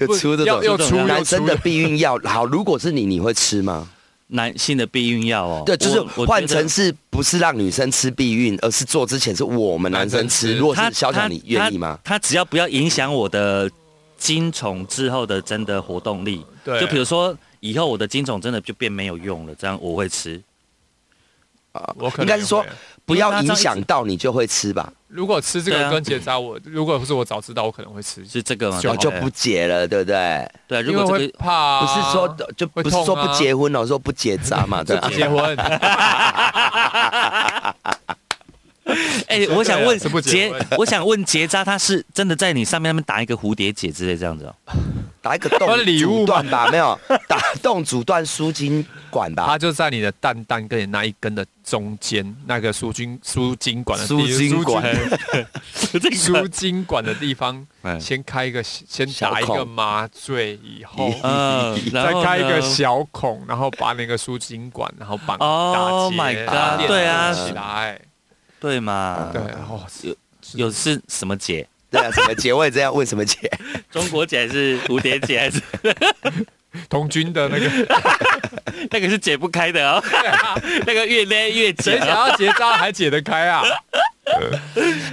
Speaker 3: 有出这种
Speaker 4: 要要出要
Speaker 3: 男
Speaker 4: 出
Speaker 3: 生的避孕药，好，如果是你，你会吃吗？
Speaker 2: 男性的避孕药哦。
Speaker 3: 对，就是
Speaker 2: 我我觉得
Speaker 3: 换成是不是让女生吃避孕，而是做之前是我们男生
Speaker 4: 男生
Speaker 3: 吃。
Speaker 4: 吃
Speaker 3: 如果
Speaker 2: 他
Speaker 3: 是小
Speaker 2: 他
Speaker 3: 小，你愿意吗？
Speaker 2: 他？他只要不要影响我的精虫之后的真的活动力，
Speaker 4: 对
Speaker 2: 就比如说以后我的精虫真的就变没有用了，这样我会吃。
Speaker 4: 我可
Speaker 3: 应
Speaker 4: 能
Speaker 3: 该是说
Speaker 4: 也会
Speaker 3: 不
Speaker 2: 因为
Speaker 3: 要
Speaker 2: 他这样
Speaker 3: 影
Speaker 2: 一直
Speaker 3: 响到你就会吃吧，
Speaker 4: 如果吃这
Speaker 2: 对
Speaker 4: 个
Speaker 2: 啊
Speaker 4: 跟结扎，我如果不是我早知道，我可能会吃，
Speaker 2: 是这个吗？
Speaker 4: 啊
Speaker 2: 对
Speaker 4: 就
Speaker 3: 哦，
Speaker 2: 啊对
Speaker 3: 就不结了，对不对？
Speaker 2: 对。啊
Speaker 4: 因
Speaker 2: 如
Speaker 4: 为
Speaker 2: 果
Speaker 4: 会
Speaker 2: 这个
Speaker 4: 怕，
Speaker 3: 不是说就
Speaker 4: 会
Speaker 3: 不是说
Speaker 4: 痛啊
Speaker 3: 不结婚哦，说不结扎嘛，对啊
Speaker 4: 不 结婚，
Speaker 2: 哎， 我想问
Speaker 4: 啊是不结
Speaker 2: 结
Speaker 4: 婚，
Speaker 2: 我想问结扎，它是真的在你上面那边打一个蝴蝶结之类这样子 哦？
Speaker 3: 打一个
Speaker 4: 他
Speaker 3: 洞
Speaker 4: 的礼
Speaker 3: 阻
Speaker 4: 物
Speaker 3: 断吧，没有打洞阻断输精管吧
Speaker 4: 它。就在你的蛋蛋跟你那一根的中间，那个输精输精管的地
Speaker 2: 输精管这个
Speaker 4: 输精管哎的地方，
Speaker 2: 嗯
Speaker 4: 先开一个先打一
Speaker 3: 小
Speaker 4: 个
Speaker 3: 孔
Speaker 4: 麻醉，以后
Speaker 2: 嗯，
Speaker 4: 再
Speaker 2: 然后
Speaker 4: 开一
Speaker 2: 呢
Speaker 4: 个小孔，然后把那个输精管，然后绑打
Speaker 2: Oh
Speaker 4: 结
Speaker 2: my
Speaker 4: 把它
Speaker 2: god，
Speaker 4: 链
Speaker 2: 对啊
Speaker 4: 起来，
Speaker 2: 对嘛
Speaker 4: 对，？哦，是
Speaker 2: 有是什么结？
Speaker 3: 对啊，什么结我也这样问什 么结？
Speaker 2: 中国结还是蝴蝶结 还是
Speaker 4: 童军的那个，
Speaker 2: 那个是解不开的 哦，那个越勒越哦紧
Speaker 4: 谁想要 结扎还解得开啊？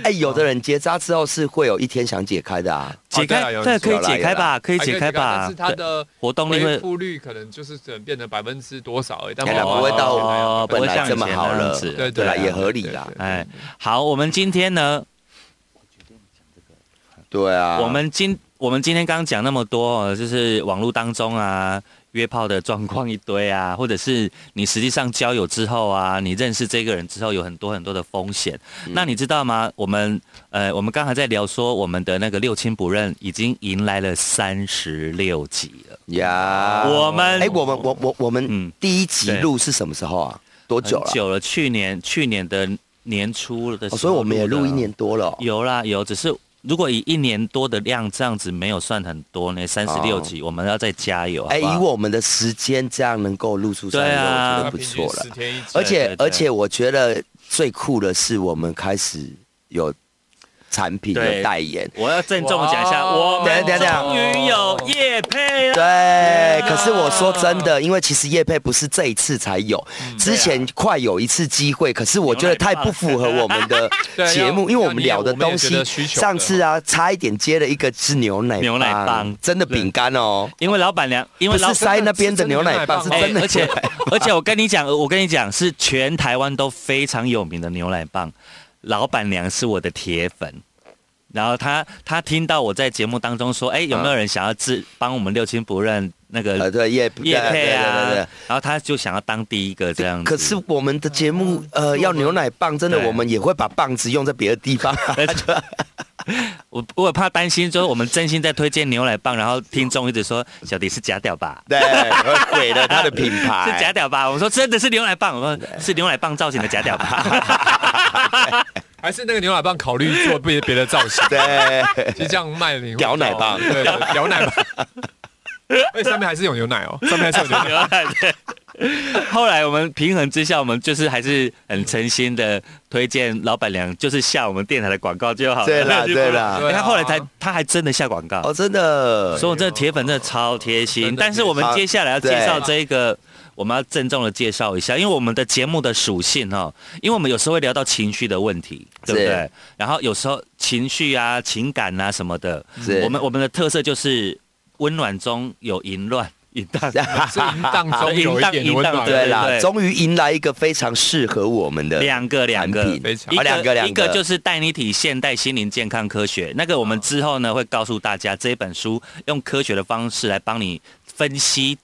Speaker 3: 哎，有的人结扎之后是会有一天想解开的啊。
Speaker 2: 解
Speaker 4: 哦对啊
Speaker 2: 开
Speaker 4: 有啊
Speaker 2: 对，可以
Speaker 3: 有啦
Speaker 2: 解开
Speaker 3: 有啦
Speaker 2: 吧，可以
Speaker 4: 还
Speaker 2: 解开吧，
Speaker 4: 但是它
Speaker 2: 对
Speaker 4: 的
Speaker 2: 活动力
Speaker 4: 恢
Speaker 2: 会
Speaker 4: 复率可能就是只能变成百分之多少而已，但
Speaker 3: 可能不会到
Speaker 2: 哦不
Speaker 3: 本
Speaker 2: 会
Speaker 3: 来
Speaker 2: 像
Speaker 3: 这
Speaker 2: 以
Speaker 3: 么
Speaker 2: 前
Speaker 3: 好
Speaker 2: 那样
Speaker 3: 了
Speaker 2: 子，
Speaker 4: 对
Speaker 3: 对啦，
Speaker 4: 啊
Speaker 3: 也合理啦。
Speaker 4: 对对
Speaker 2: 哎，好，我们今天呢，
Speaker 3: 对啊，
Speaker 2: 我们今我们今天刚刚讲那么多，呃就是网络当中啊。约炮的状况一堆啊， 或者是你实际上交友之后啊，你认识这个人之后有很多很多的风险。
Speaker 3: 嗯
Speaker 2: 那你知道吗？我们呃，我们刚才在聊说我们的那个六亲不认已经迎来了三十六集了。
Speaker 3: 呀，
Speaker 2: 我们
Speaker 3: 哎，我们我我我
Speaker 2: 嗯
Speaker 3: 们第一集
Speaker 2: 对
Speaker 3: 录是什么时候啊？多久
Speaker 2: 很
Speaker 3: 了？
Speaker 2: 久了，去年去年的年初的时候、
Speaker 3: 哦所以我们也录一年。多了哦。
Speaker 2: 有啦，有，只是如果以一年多的量这样子，没有算很多呢。三十六
Speaker 3: 哦
Speaker 2: 集，我们要再加油。
Speaker 3: 哎，
Speaker 2: 好不好
Speaker 3: 以我们的时间这样能够录出三
Speaker 2: 对
Speaker 3: 个，
Speaker 2: 啊
Speaker 3: 我觉得
Speaker 4: 对
Speaker 3: 不错了
Speaker 4: 它平均10。天一集
Speaker 3: 而且
Speaker 2: 对对
Speaker 3: 而且，我觉得最酷的是，我们开始有产品
Speaker 2: 对
Speaker 3: 有代言。
Speaker 2: 我要郑重地讲一下，
Speaker 4: 哇
Speaker 2: 我们
Speaker 3: 等一下等一下
Speaker 2: 终于有叶配了。
Speaker 3: 对，可是我说真的，因为其实叶配不是这一次才有，之前快有一次机会，可是我觉得太不符合我们的
Speaker 4: 对要
Speaker 3: 节目，因为我们聊的
Speaker 4: 要你也
Speaker 3: 东
Speaker 4: 我们也觉
Speaker 3: 西
Speaker 4: 得，需求的
Speaker 3: 上次啊差一点接了一个是牛奶
Speaker 2: 牛奶棒
Speaker 3: 真的饼干哦，
Speaker 2: 因为老板娘，因为
Speaker 3: 不
Speaker 2: 老
Speaker 3: 是塞那边的牛奶棒，是
Speaker 4: 真的
Speaker 3: 真的
Speaker 2: 哎而且 而且我跟你讲，我跟你讲，是全台湾都非常有名的牛奶棒，老板娘是我的铁粉。然后他他听到我在节目当中说，哎，有没有人想要自帮我们六亲不认那
Speaker 3: 嗯呃，
Speaker 2: 个
Speaker 3: 对，也
Speaker 2: 叶配啊？
Speaker 3: 对对对对
Speaker 2: 然后他就想要当第一个这样子。嗯
Speaker 3: 可是我们的节目，呃，要牛奶棒，真的，
Speaker 2: 对
Speaker 3: 我们也会把棒子用在别的地 方。
Speaker 2: 我我也怕担心，就是我们真心在推荐牛奶棒，然后听众一直说小迪是假屌吧。
Speaker 3: 对，会毁了他的品牌。，
Speaker 2: 是假屌吧？我们说真的是牛奶棒，我说是牛奶棒造型的假屌吧。
Speaker 4: 还是那个牛奶棒考虑做别别的造型
Speaker 3: 对，
Speaker 4: 就这样卖你会
Speaker 3: 屌奶棒
Speaker 4: 对，对屌奶棒。而且上面还是有牛奶哦，上面还是有 牛奶。
Speaker 2: 牛奶对。后来我们平衡之下，我们就是还是很诚心的推荐老板娘，就是下我们电台的广告就好了。
Speaker 3: 对啦，对啦。
Speaker 2: 哎
Speaker 4: 对啊
Speaker 2: 他后来才，他还真的下广告，
Speaker 3: 哦，真的
Speaker 2: 所以我这个铁粉真的超贴心
Speaker 4: 真。的
Speaker 2: 但是我们接下来要介绍
Speaker 3: 对
Speaker 2: 这一个，我们要郑重的介绍一下，因为我们的节目的属性哦，因为我们有时候会聊到情绪的问题，对不
Speaker 3: 是
Speaker 2: 对？然后有时候情绪啊、情感啊什么的，
Speaker 3: 是
Speaker 2: 我们我们的特色就是温暖中有淫乱、淫荡。
Speaker 4: 是淫荡中有一点温暖，
Speaker 3: 对啦
Speaker 2: 对，
Speaker 3: 终于迎来一个非常适合我们的。
Speaker 2: 两个两个，
Speaker 3: 品
Speaker 4: 非常
Speaker 2: 一个
Speaker 3: 啊两个两个
Speaker 2: 一个就是带你体现代心灵健康科学，那个我们之后呢会告诉大家这一本书用科学的方式来帮你分析，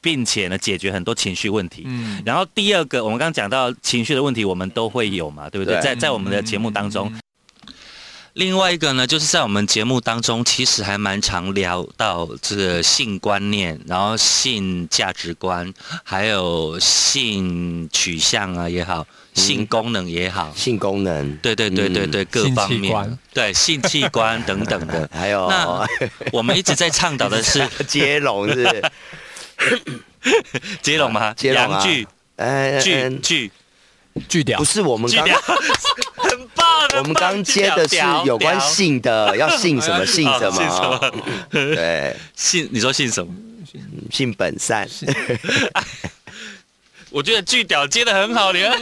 Speaker 2: 并且呢解决很多情绪问题。
Speaker 4: 嗯，
Speaker 2: 然后第二个，我们刚刚讲到情绪的问题，我们都会有嘛，对不对？
Speaker 3: 对
Speaker 2: 在在我们的节目当中。
Speaker 4: 嗯
Speaker 2: 嗯另外一个呢，就是在我们节目当中，其实还蛮常聊到这个性观念，然后性价值观，还有性取向啊也好，性功能也好，
Speaker 3: 性功能，
Speaker 2: 对对对对
Speaker 3: 嗯
Speaker 2: 对，各
Speaker 4: 性器
Speaker 2: 方面
Speaker 4: 官，
Speaker 2: 对性器官等等
Speaker 3: 。
Speaker 2: 的
Speaker 3: 还有
Speaker 2: 那我们一直在倡导的 是
Speaker 3: 接龙是不是，
Speaker 2: 接龙吗？
Speaker 3: 接龙啊
Speaker 2: 洋剧
Speaker 3: 哎
Speaker 2: 剧剧，
Speaker 4: 巨屌
Speaker 3: 不，是我们
Speaker 2: 巨
Speaker 3: 刚
Speaker 2: 屌， 很棒。
Speaker 3: 我们刚接的是有关
Speaker 2: 性
Speaker 3: 性的，要姓什么姓 什
Speaker 2: 哦姓什
Speaker 3: 么，
Speaker 2: 么？
Speaker 3: 对，
Speaker 2: 性？你说姓什么？
Speaker 3: 性本善，
Speaker 2: 我觉得巨屌接的很好，你看。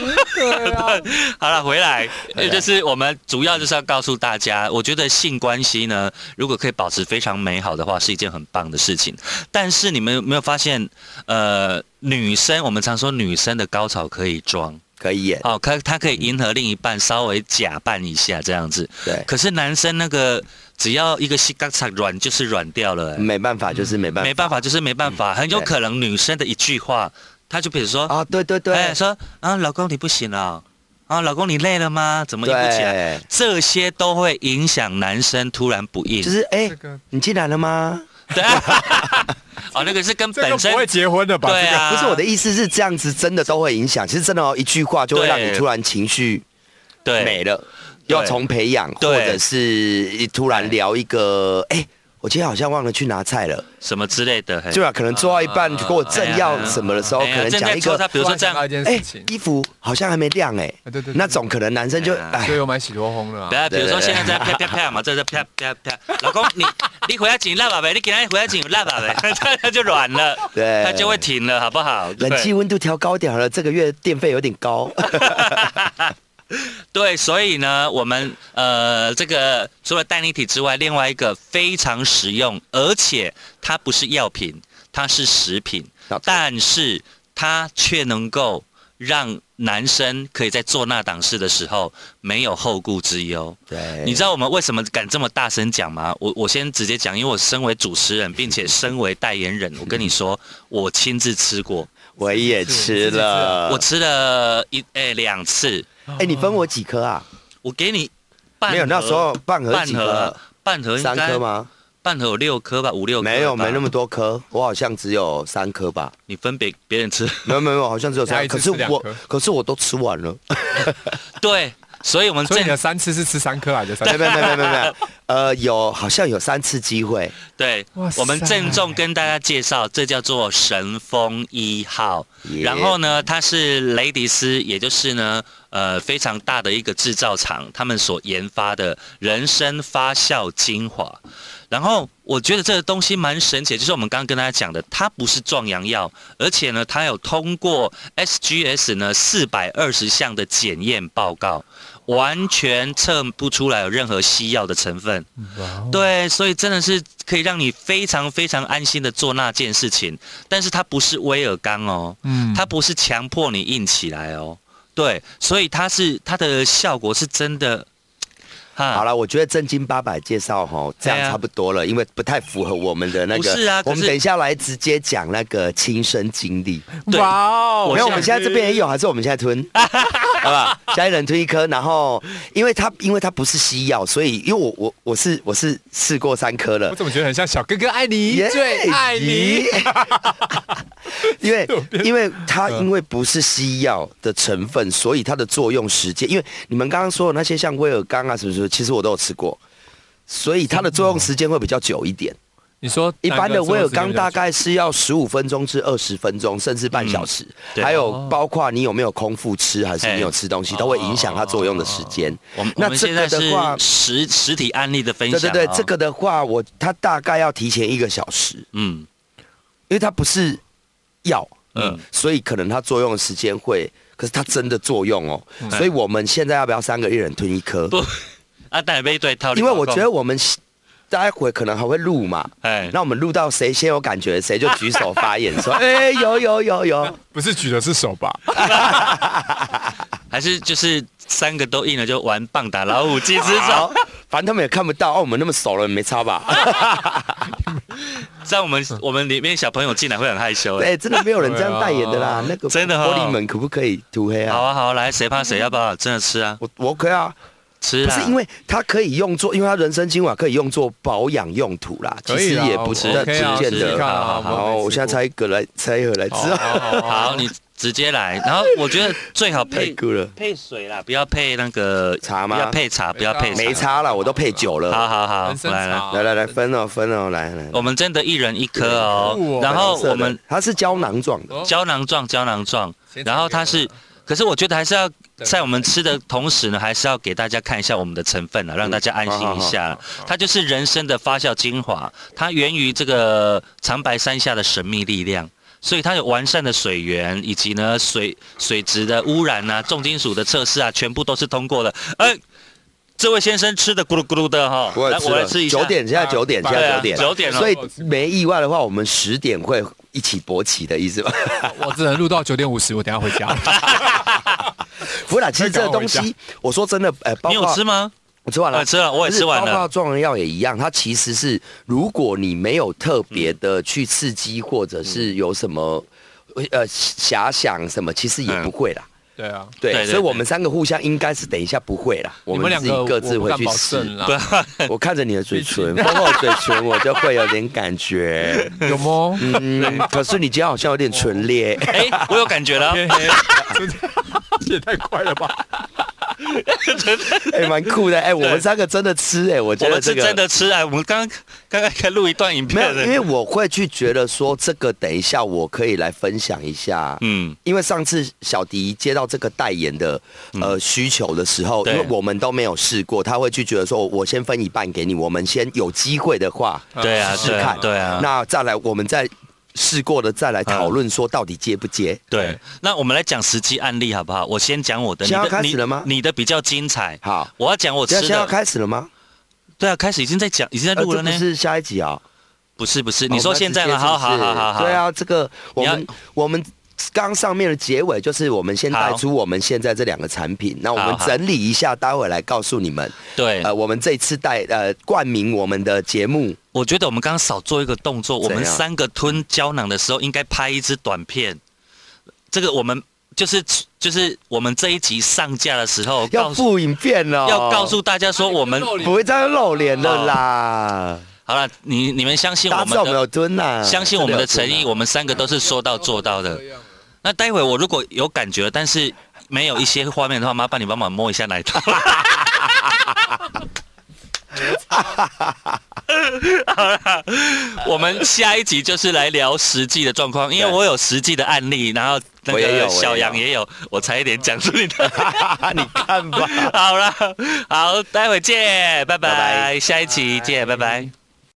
Speaker 2: 好了，回来，
Speaker 3: 嗯啊回来
Speaker 2: 就是我们主要就是要告诉大家，我觉得性关系呢，如果可以保持非常美好的话，是一件很棒的事情。但是你们有没有发现，呃，女生我们常说女生的高潮可以装，
Speaker 3: 可以演，
Speaker 2: 哦，可她可以迎合另一半，稍微假扮一下这样子。
Speaker 3: 对，
Speaker 2: 可是男生那个只要一个膝盖擦软就是软掉了、欸
Speaker 3: 没办法，就是嗯没办法，嗯
Speaker 2: 没办法，就是没办法，很有
Speaker 3: 对
Speaker 2: 可能女生的一句话，她就比如说
Speaker 3: 啊，对对
Speaker 2: 哎，
Speaker 3: 对，
Speaker 2: 说啊，老公你不行了、啊，老公你累了吗？怎么硬不起来？
Speaker 3: 对，
Speaker 2: 这些都会影响男生突然不硬。
Speaker 3: 就是哎
Speaker 4: 这，个
Speaker 3: 你进来了吗？
Speaker 2: 对 啊哦，那个是跟
Speaker 4: 这个
Speaker 2: 本身
Speaker 4: 不会结婚的吧？
Speaker 2: 对
Speaker 4: 这个
Speaker 2: 啊，
Speaker 3: 不是我的意思是这样子，真的都会影响。其实真的哦，一句话就会让你
Speaker 2: 对
Speaker 3: 突然情绪
Speaker 2: 对
Speaker 3: 没了，
Speaker 2: 对
Speaker 3: 要从培养，或
Speaker 2: 对
Speaker 3: 者是突然聊一个，哎、我今天好像忘了去拿菜了，
Speaker 2: 什么之类的，嘿
Speaker 3: 对吧？可能做到一半，
Speaker 4: 啊
Speaker 3: 如果我正要什么的时候，
Speaker 2: 哎呀
Speaker 3: 可能
Speaker 2: 正
Speaker 3: 讲
Speaker 2: 在
Speaker 3: 一
Speaker 2: 戳
Speaker 3: 个
Speaker 2: 他，，比如说这样
Speaker 4: 突然想到，一件
Speaker 3: 哎、
Speaker 4: 事情，
Speaker 3: 衣服好像还没晾、哎、
Speaker 4: 啊对对对
Speaker 3: 那种可能男生就
Speaker 2: 哎呀
Speaker 3: 哎
Speaker 4: 所以，我买喜多红了啊
Speaker 2: 对。啊，比如说
Speaker 3: 对对
Speaker 2: 现在在啪啪啪嘛，在这啪啪啪，老公 你你回家紧辣吧呗，你给他回家紧辣吧呗， 他就软了，
Speaker 3: 对
Speaker 2: 他就会停了，好不好？对
Speaker 3: 冷气温度调高点好了，这个月电费有点 高，
Speaker 2: 对，所以呢，我们呃，这个除了代理体之外，另外一个非常实用，而且它不是药品，它是食品，但是它却能够让男生可以在做那档事的时候没有后顾之忧。
Speaker 3: 对，
Speaker 2: 你知道我们为什么敢这么大声讲吗？我我先直接讲，因为我身为主持人，并且身为代言人，我跟你说，我亲自吃过，
Speaker 3: 我也吃
Speaker 4: 自己吃啊
Speaker 3: 了，
Speaker 2: 我吃了一诶两次，
Speaker 3: 哎、你分我几颗啊？
Speaker 2: 我给你半
Speaker 3: 没有，那
Speaker 2: 盒
Speaker 3: 时候半盒
Speaker 2: 半
Speaker 3: 几
Speaker 2: 盒
Speaker 3: 颗
Speaker 2: 啊？半盒应
Speaker 3: 三
Speaker 2: 该
Speaker 3: 颗吗？
Speaker 2: 半盒有六颗吧，五六颗吧
Speaker 3: 没有，没那么多颗，我好像只有三颗吧。
Speaker 2: 你分别别人吃。
Speaker 3: 没有没有没有，好像只有
Speaker 4: 他
Speaker 3: 三
Speaker 4: 一
Speaker 3: 颗，可是
Speaker 4: 次吃两
Speaker 3: 我
Speaker 4: 颗
Speaker 3: 可是我都吃完了。
Speaker 2: 对，所以我们
Speaker 4: 所以你的
Speaker 2: 正
Speaker 4: 三次是吃三颗还是三
Speaker 3: 啊没有没
Speaker 4: 颗？
Speaker 3: 有没有没有没 有，呃，有好像有三次机会，
Speaker 2: 对
Speaker 4: 哇，塞
Speaker 2: 我们郑重跟大家介绍，这叫做神风一号。
Speaker 3: 耶
Speaker 2: 然后呢，它是雷迪斯，也就是呢，呃，非常大的一个制造厂，他们所研发的人参发酵精华。然后我觉得这个东西蛮神奇的，就是我们刚刚跟大家讲的，它不是壮阳药，而且呢，它有通过 SGS 呢四百二十项的检验报告，完全测不出来有任何西药的成分。对，所以真的是可以让你非常非常安心的做那件事情，但是它不是威尔刚哦，
Speaker 4: 嗯
Speaker 2: 它不是强迫你硬起来哦，对，所以它是它的效果是真的哈
Speaker 3: 好了，我觉得正经八百介绍哈，这样
Speaker 2: 对啊
Speaker 3: 差不多了，因为不太符合我们的那
Speaker 2: 不
Speaker 3: 个。
Speaker 2: 是啊可是
Speaker 3: 我们等一下来直接讲那个亲身经历。
Speaker 2: 对
Speaker 4: 哇哦
Speaker 3: 没有，我们现在
Speaker 4: 想
Speaker 3: 这边也有，还是我们现在 吞，好不好？家里人吞一颗，然后因为它因为它不是西药，所以因为我我我是我是试过三颗了
Speaker 4: 我，怎么觉得很像小哥哥爱你
Speaker 3: 耶
Speaker 4: 最爱 你？
Speaker 3: 因为
Speaker 4: 右边
Speaker 3: 因为它因为不是西药的成分，所以它的作用时间，因为你们刚刚说的那些像威尔刚啊什么什么，其实我都有吃过，所以它的作用时间会比较久一点。
Speaker 4: 你说
Speaker 3: 一般的威尔刚大
Speaker 4: 哪
Speaker 3: 概是要十五分钟至二十分钟，甚至半小时，
Speaker 2: 嗯对
Speaker 3: 还有包括你有没有空腹吃，还是你有吃东西，
Speaker 2: 哎
Speaker 3: 都会影响它作用的时间。
Speaker 2: 我们我
Speaker 3: 那
Speaker 2: 们
Speaker 3: 这
Speaker 2: 现
Speaker 3: 个
Speaker 2: 在
Speaker 3: 的
Speaker 2: 是
Speaker 3: 话，
Speaker 2: 实实体案例的分享、
Speaker 3: 对
Speaker 2: 哦，
Speaker 3: 对对，这个的话，我它大概要提前一个小时，
Speaker 2: 嗯，
Speaker 3: 因为它不是药，
Speaker 2: 嗯
Speaker 3: 嗯，所以可能它作用的时间会，可是它真的作用哦，所以我们现在要不要三个一人吞一颗？
Speaker 2: 嗯不啊，但杯对套，
Speaker 3: 因为我觉得我们待会可能还会录嘛，
Speaker 2: 哎，
Speaker 3: 那我们录到谁先有感觉，谁就举手发言 说，哎、有有有有，
Speaker 4: 不是举的是手吧？
Speaker 2: 还是就是三个都硬了，就玩棒打老虎，鸡之啊手
Speaker 3: 好，，反正他们也看不到哦，我们那么熟了，没差吧？
Speaker 2: 这样我们我们里面小朋友进来会很害羞。
Speaker 3: 哎、
Speaker 2: 哎
Speaker 3: 真的没有人这样代言的啦，那个
Speaker 2: 真的哦
Speaker 3: 玻璃门可不可以涂黑
Speaker 2: 好
Speaker 3: 啊？
Speaker 2: 啊好啊，来，谁怕谁？要不要真的吃啊？
Speaker 3: 我我 OK 啊，
Speaker 2: 吃
Speaker 3: 不
Speaker 2: 啊！
Speaker 3: 是因为它可以用作，因为它人参精华可以用作保养用途啦，其
Speaker 4: 可以
Speaker 3: 实
Speaker 4: 啦
Speaker 3: 也不
Speaker 4: 我
Speaker 3: 是
Speaker 2: 吃
Speaker 3: 那
Speaker 2: 可以啊
Speaker 3: 不见
Speaker 2: 吃
Speaker 3: 得
Speaker 2: 看。好好
Speaker 3: 好，我现在
Speaker 4: 才
Speaker 3: 猜一个来，猜一个来吃。
Speaker 2: 好，你直接来。然后我觉得最好
Speaker 3: 太
Speaker 2: 哦配
Speaker 3: 酷了，
Speaker 2: 配水啦，不要配那个
Speaker 3: 茶吗
Speaker 2: 不要配茶，不要配
Speaker 3: 没差了，我都配酒
Speaker 2: 好
Speaker 3: 了。
Speaker 2: 好好
Speaker 4: 人，参
Speaker 2: 来来，
Speaker 4: 茶，
Speaker 3: 来来来，分哦分哦，来来。
Speaker 2: 我们真的一人一颗哦
Speaker 4: 对酷哦。
Speaker 2: 然后我们
Speaker 3: 它是胶囊状的，
Speaker 4: 哦
Speaker 2: 胶囊状，胶囊状
Speaker 4: 先。
Speaker 2: 然后它
Speaker 4: 给
Speaker 2: 是，可是我觉得还是要
Speaker 4: 啊对
Speaker 2: 在我们吃的同时呢，还是要给大家看一下我们的成分
Speaker 3: 嗯
Speaker 2: 啊，让大家安心一下。它就是人参的发酵精华，它源于这个长白山下的神秘力量。所以它有完善的水源，以及呢水水质的污染啊、重金属的测试啊，全部都是通过的。哎，这位先生吃的咕噜咕噜的哈，
Speaker 3: 我
Speaker 2: 来
Speaker 3: 也
Speaker 2: 我来吃一下。
Speaker 3: 九点，现在九点，现
Speaker 2: 对
Speaker 3: 在
Speaker 2: 啊
Speaker 3: 九，点，
Speaker 2: 九点了
Speaker 3: 所。以没意外的话，我们十点会一起勃起的意思吧？
Speaker 4: 我只能录到九点五十，我等一下回家。
Speaker 3: 不啦，其实这个东
Speaker 4: 赶快
Speaker 3: 西，我说真的，呃，包
Speaker 2: 你有
Speaker 3: 括
Speaker 2: 吃吗？
Speaker 3: 我吃完了
Speaker 2: 我，吃了，我也吃完
Speaker 3: 包括
Speaker 2: 了。
Speaker 3: 壮阳药也一样，它其实是如果你没有特别的去刺激，或者
Speaker 2: 嗯
Speaker 3: 是有什么呃遐想什么，其实也不会啦。
Speaker 4: 对啊，
Speaker 3: 对，
Speaker 2: 对对
Speaker 3: 所以我
Speaker 2: 对
Speaker 3: 们三个互相应该是等一下不会啦，我
Speaker 4: 你们两
Speaker 3: 自己
Speaker 4: 个
Speaker 3: 各自
Speaker 4: 我不
Speaker 3: 会去啊
Speaker 4: 敢保证
Speaker 3: 试。
Speaker 4: 啦，
Speaker 3: 我看着你的嘴唇，丰厚嘴唇，我就会有点感觉。
Speaker 4: 有吗？
Speaker 3: 嗯，可是你今天好像有点唇裂，
Speaker 2: 哎， 我有感觉了。
Speaker 4: 天黑，真 的也太快了吧！
Speaker 3: 哎，蛮酷的。哎，我们三个真的吃，哎，我觉
Speaker 2: 我
Speaker 3: 得
Speaker 2: 们是
Speaker 3: 这个
Speaker 2: 真的吃啊！我们刚刚刚才录一段影
Speaker 3: 没有
Speaker 2: 片，的，
Speaker 3: 因为我会去觉得说这个，等一下我可以来分享一下。
Speaker 2: 嗯，
Speaker 3: 因为上次小迪接到这个代言的呃需求的时候，因
Speaker 2: 嗯对
Speaker 3: 为我们都没有试过，他会去觉得说，我先分一半给你，我们先有机会的话，
Speaker 2: 对啊，
Speaker 3: 试试
Speaker 2: 对啊
Speaker 3: 看，
Speaker 2: 对啊，
Speaker 3: 那再来我们再试过的再来讨论说到底接不接。
Speaker 2: 对。那我们来讲实际案例好不好？我先讲我的，你
Speaker 3: 现在要
Speaker 2: 的
Speaker 3: 开始了吗
Speaker 2: 你你的比较精彩。
Speaker 3: 好，
Speaker 2: 我要讲我
Speaker 3: 这样
Speaker 2: 吃
Speaker 3: 现在要
Speaker 2: 的，
Speaker 3: 开始了吗？
Speaker 2: 对啊，开始已经在讲，已经在
Speaker 3: 呃
Speaker 2: 录了呢
Speaker 3: 这不。是下一集啊、
Speaker 2: 不是不是，
Speaker 3: 哦
Speaker 2: 你说
Speaker 3: 那
Speaker 2: 现在
Speaker 3: 直接
Speaker 2: 吗？好
Speaker 3: 是不
Speaker 2: 好
Speaker 3: 是
Speaker 2: 好好好，
Speaker 3: 对，啊，这个我
Speaker 2: 你要
Speaker 3: 们我们。刚上面的结尾就是我们先带
Speaker 2: 好
Speaker 3: 出我们现在这两个产品，那我
Speaker 2: 好
Speaker 3: 们
Speaker 2: 好
Speaker 3: 整理一下，待会来告诉你们。
Speaker 2: 对。
Speaker 3: 呃，我们这次带呃冠名我们的节目，
Speaker 2: 我觉得我们刚刚少做一个动作，我
Speaker 3: 怎
Speaker 2: 们
Speaker 3: 样
Speaker 2: 三个吞胶囊的时候应该拍一支短片。这个我们就是就是我们这一集上架的时候，
Speaker 3: 要
Speaker 2: 告诉
Speaker 3: 附影片哦，
Speaker 2: 要告诉大家说我
Speaker 4: 啊
Speaker 2: 们
Speaker 3: 不会这样露脸的啦，
Speaker 2: 好了，你你们相信
Speaker 3: 大
Speaker 2: 我
Speaker 3: 家知道我
Speaker 2: 们
Speaker 3: 们
Speaker 2: 的，
Speaker 3: 有蹲呐，
Speaker 2: 相信我们的诚
Speaker 3: 真有
Speaker 2: 意，
Speaker 3: 蹲啊。
Speaker 2: 我们三个都是说到做到的。那待会我如果有感觉，但是没有一些画面的话，麻烦你帮忙摸一下奶 头。好啦，我们下一集就是来聊实际的状况，因为
Speaker 3: 对
Speaker 2: 我有实际的案例，然后那
Speaker 3: 我也有我也有
Speaker 2: 个小杨也有，我才一点讲出你的。
Speaker 3: 啊你看吧。
Speaker 2: 好了，好，待会见，拜
Speaker 3: 拜
Speaker 2: 拜，下一集见，拜拜。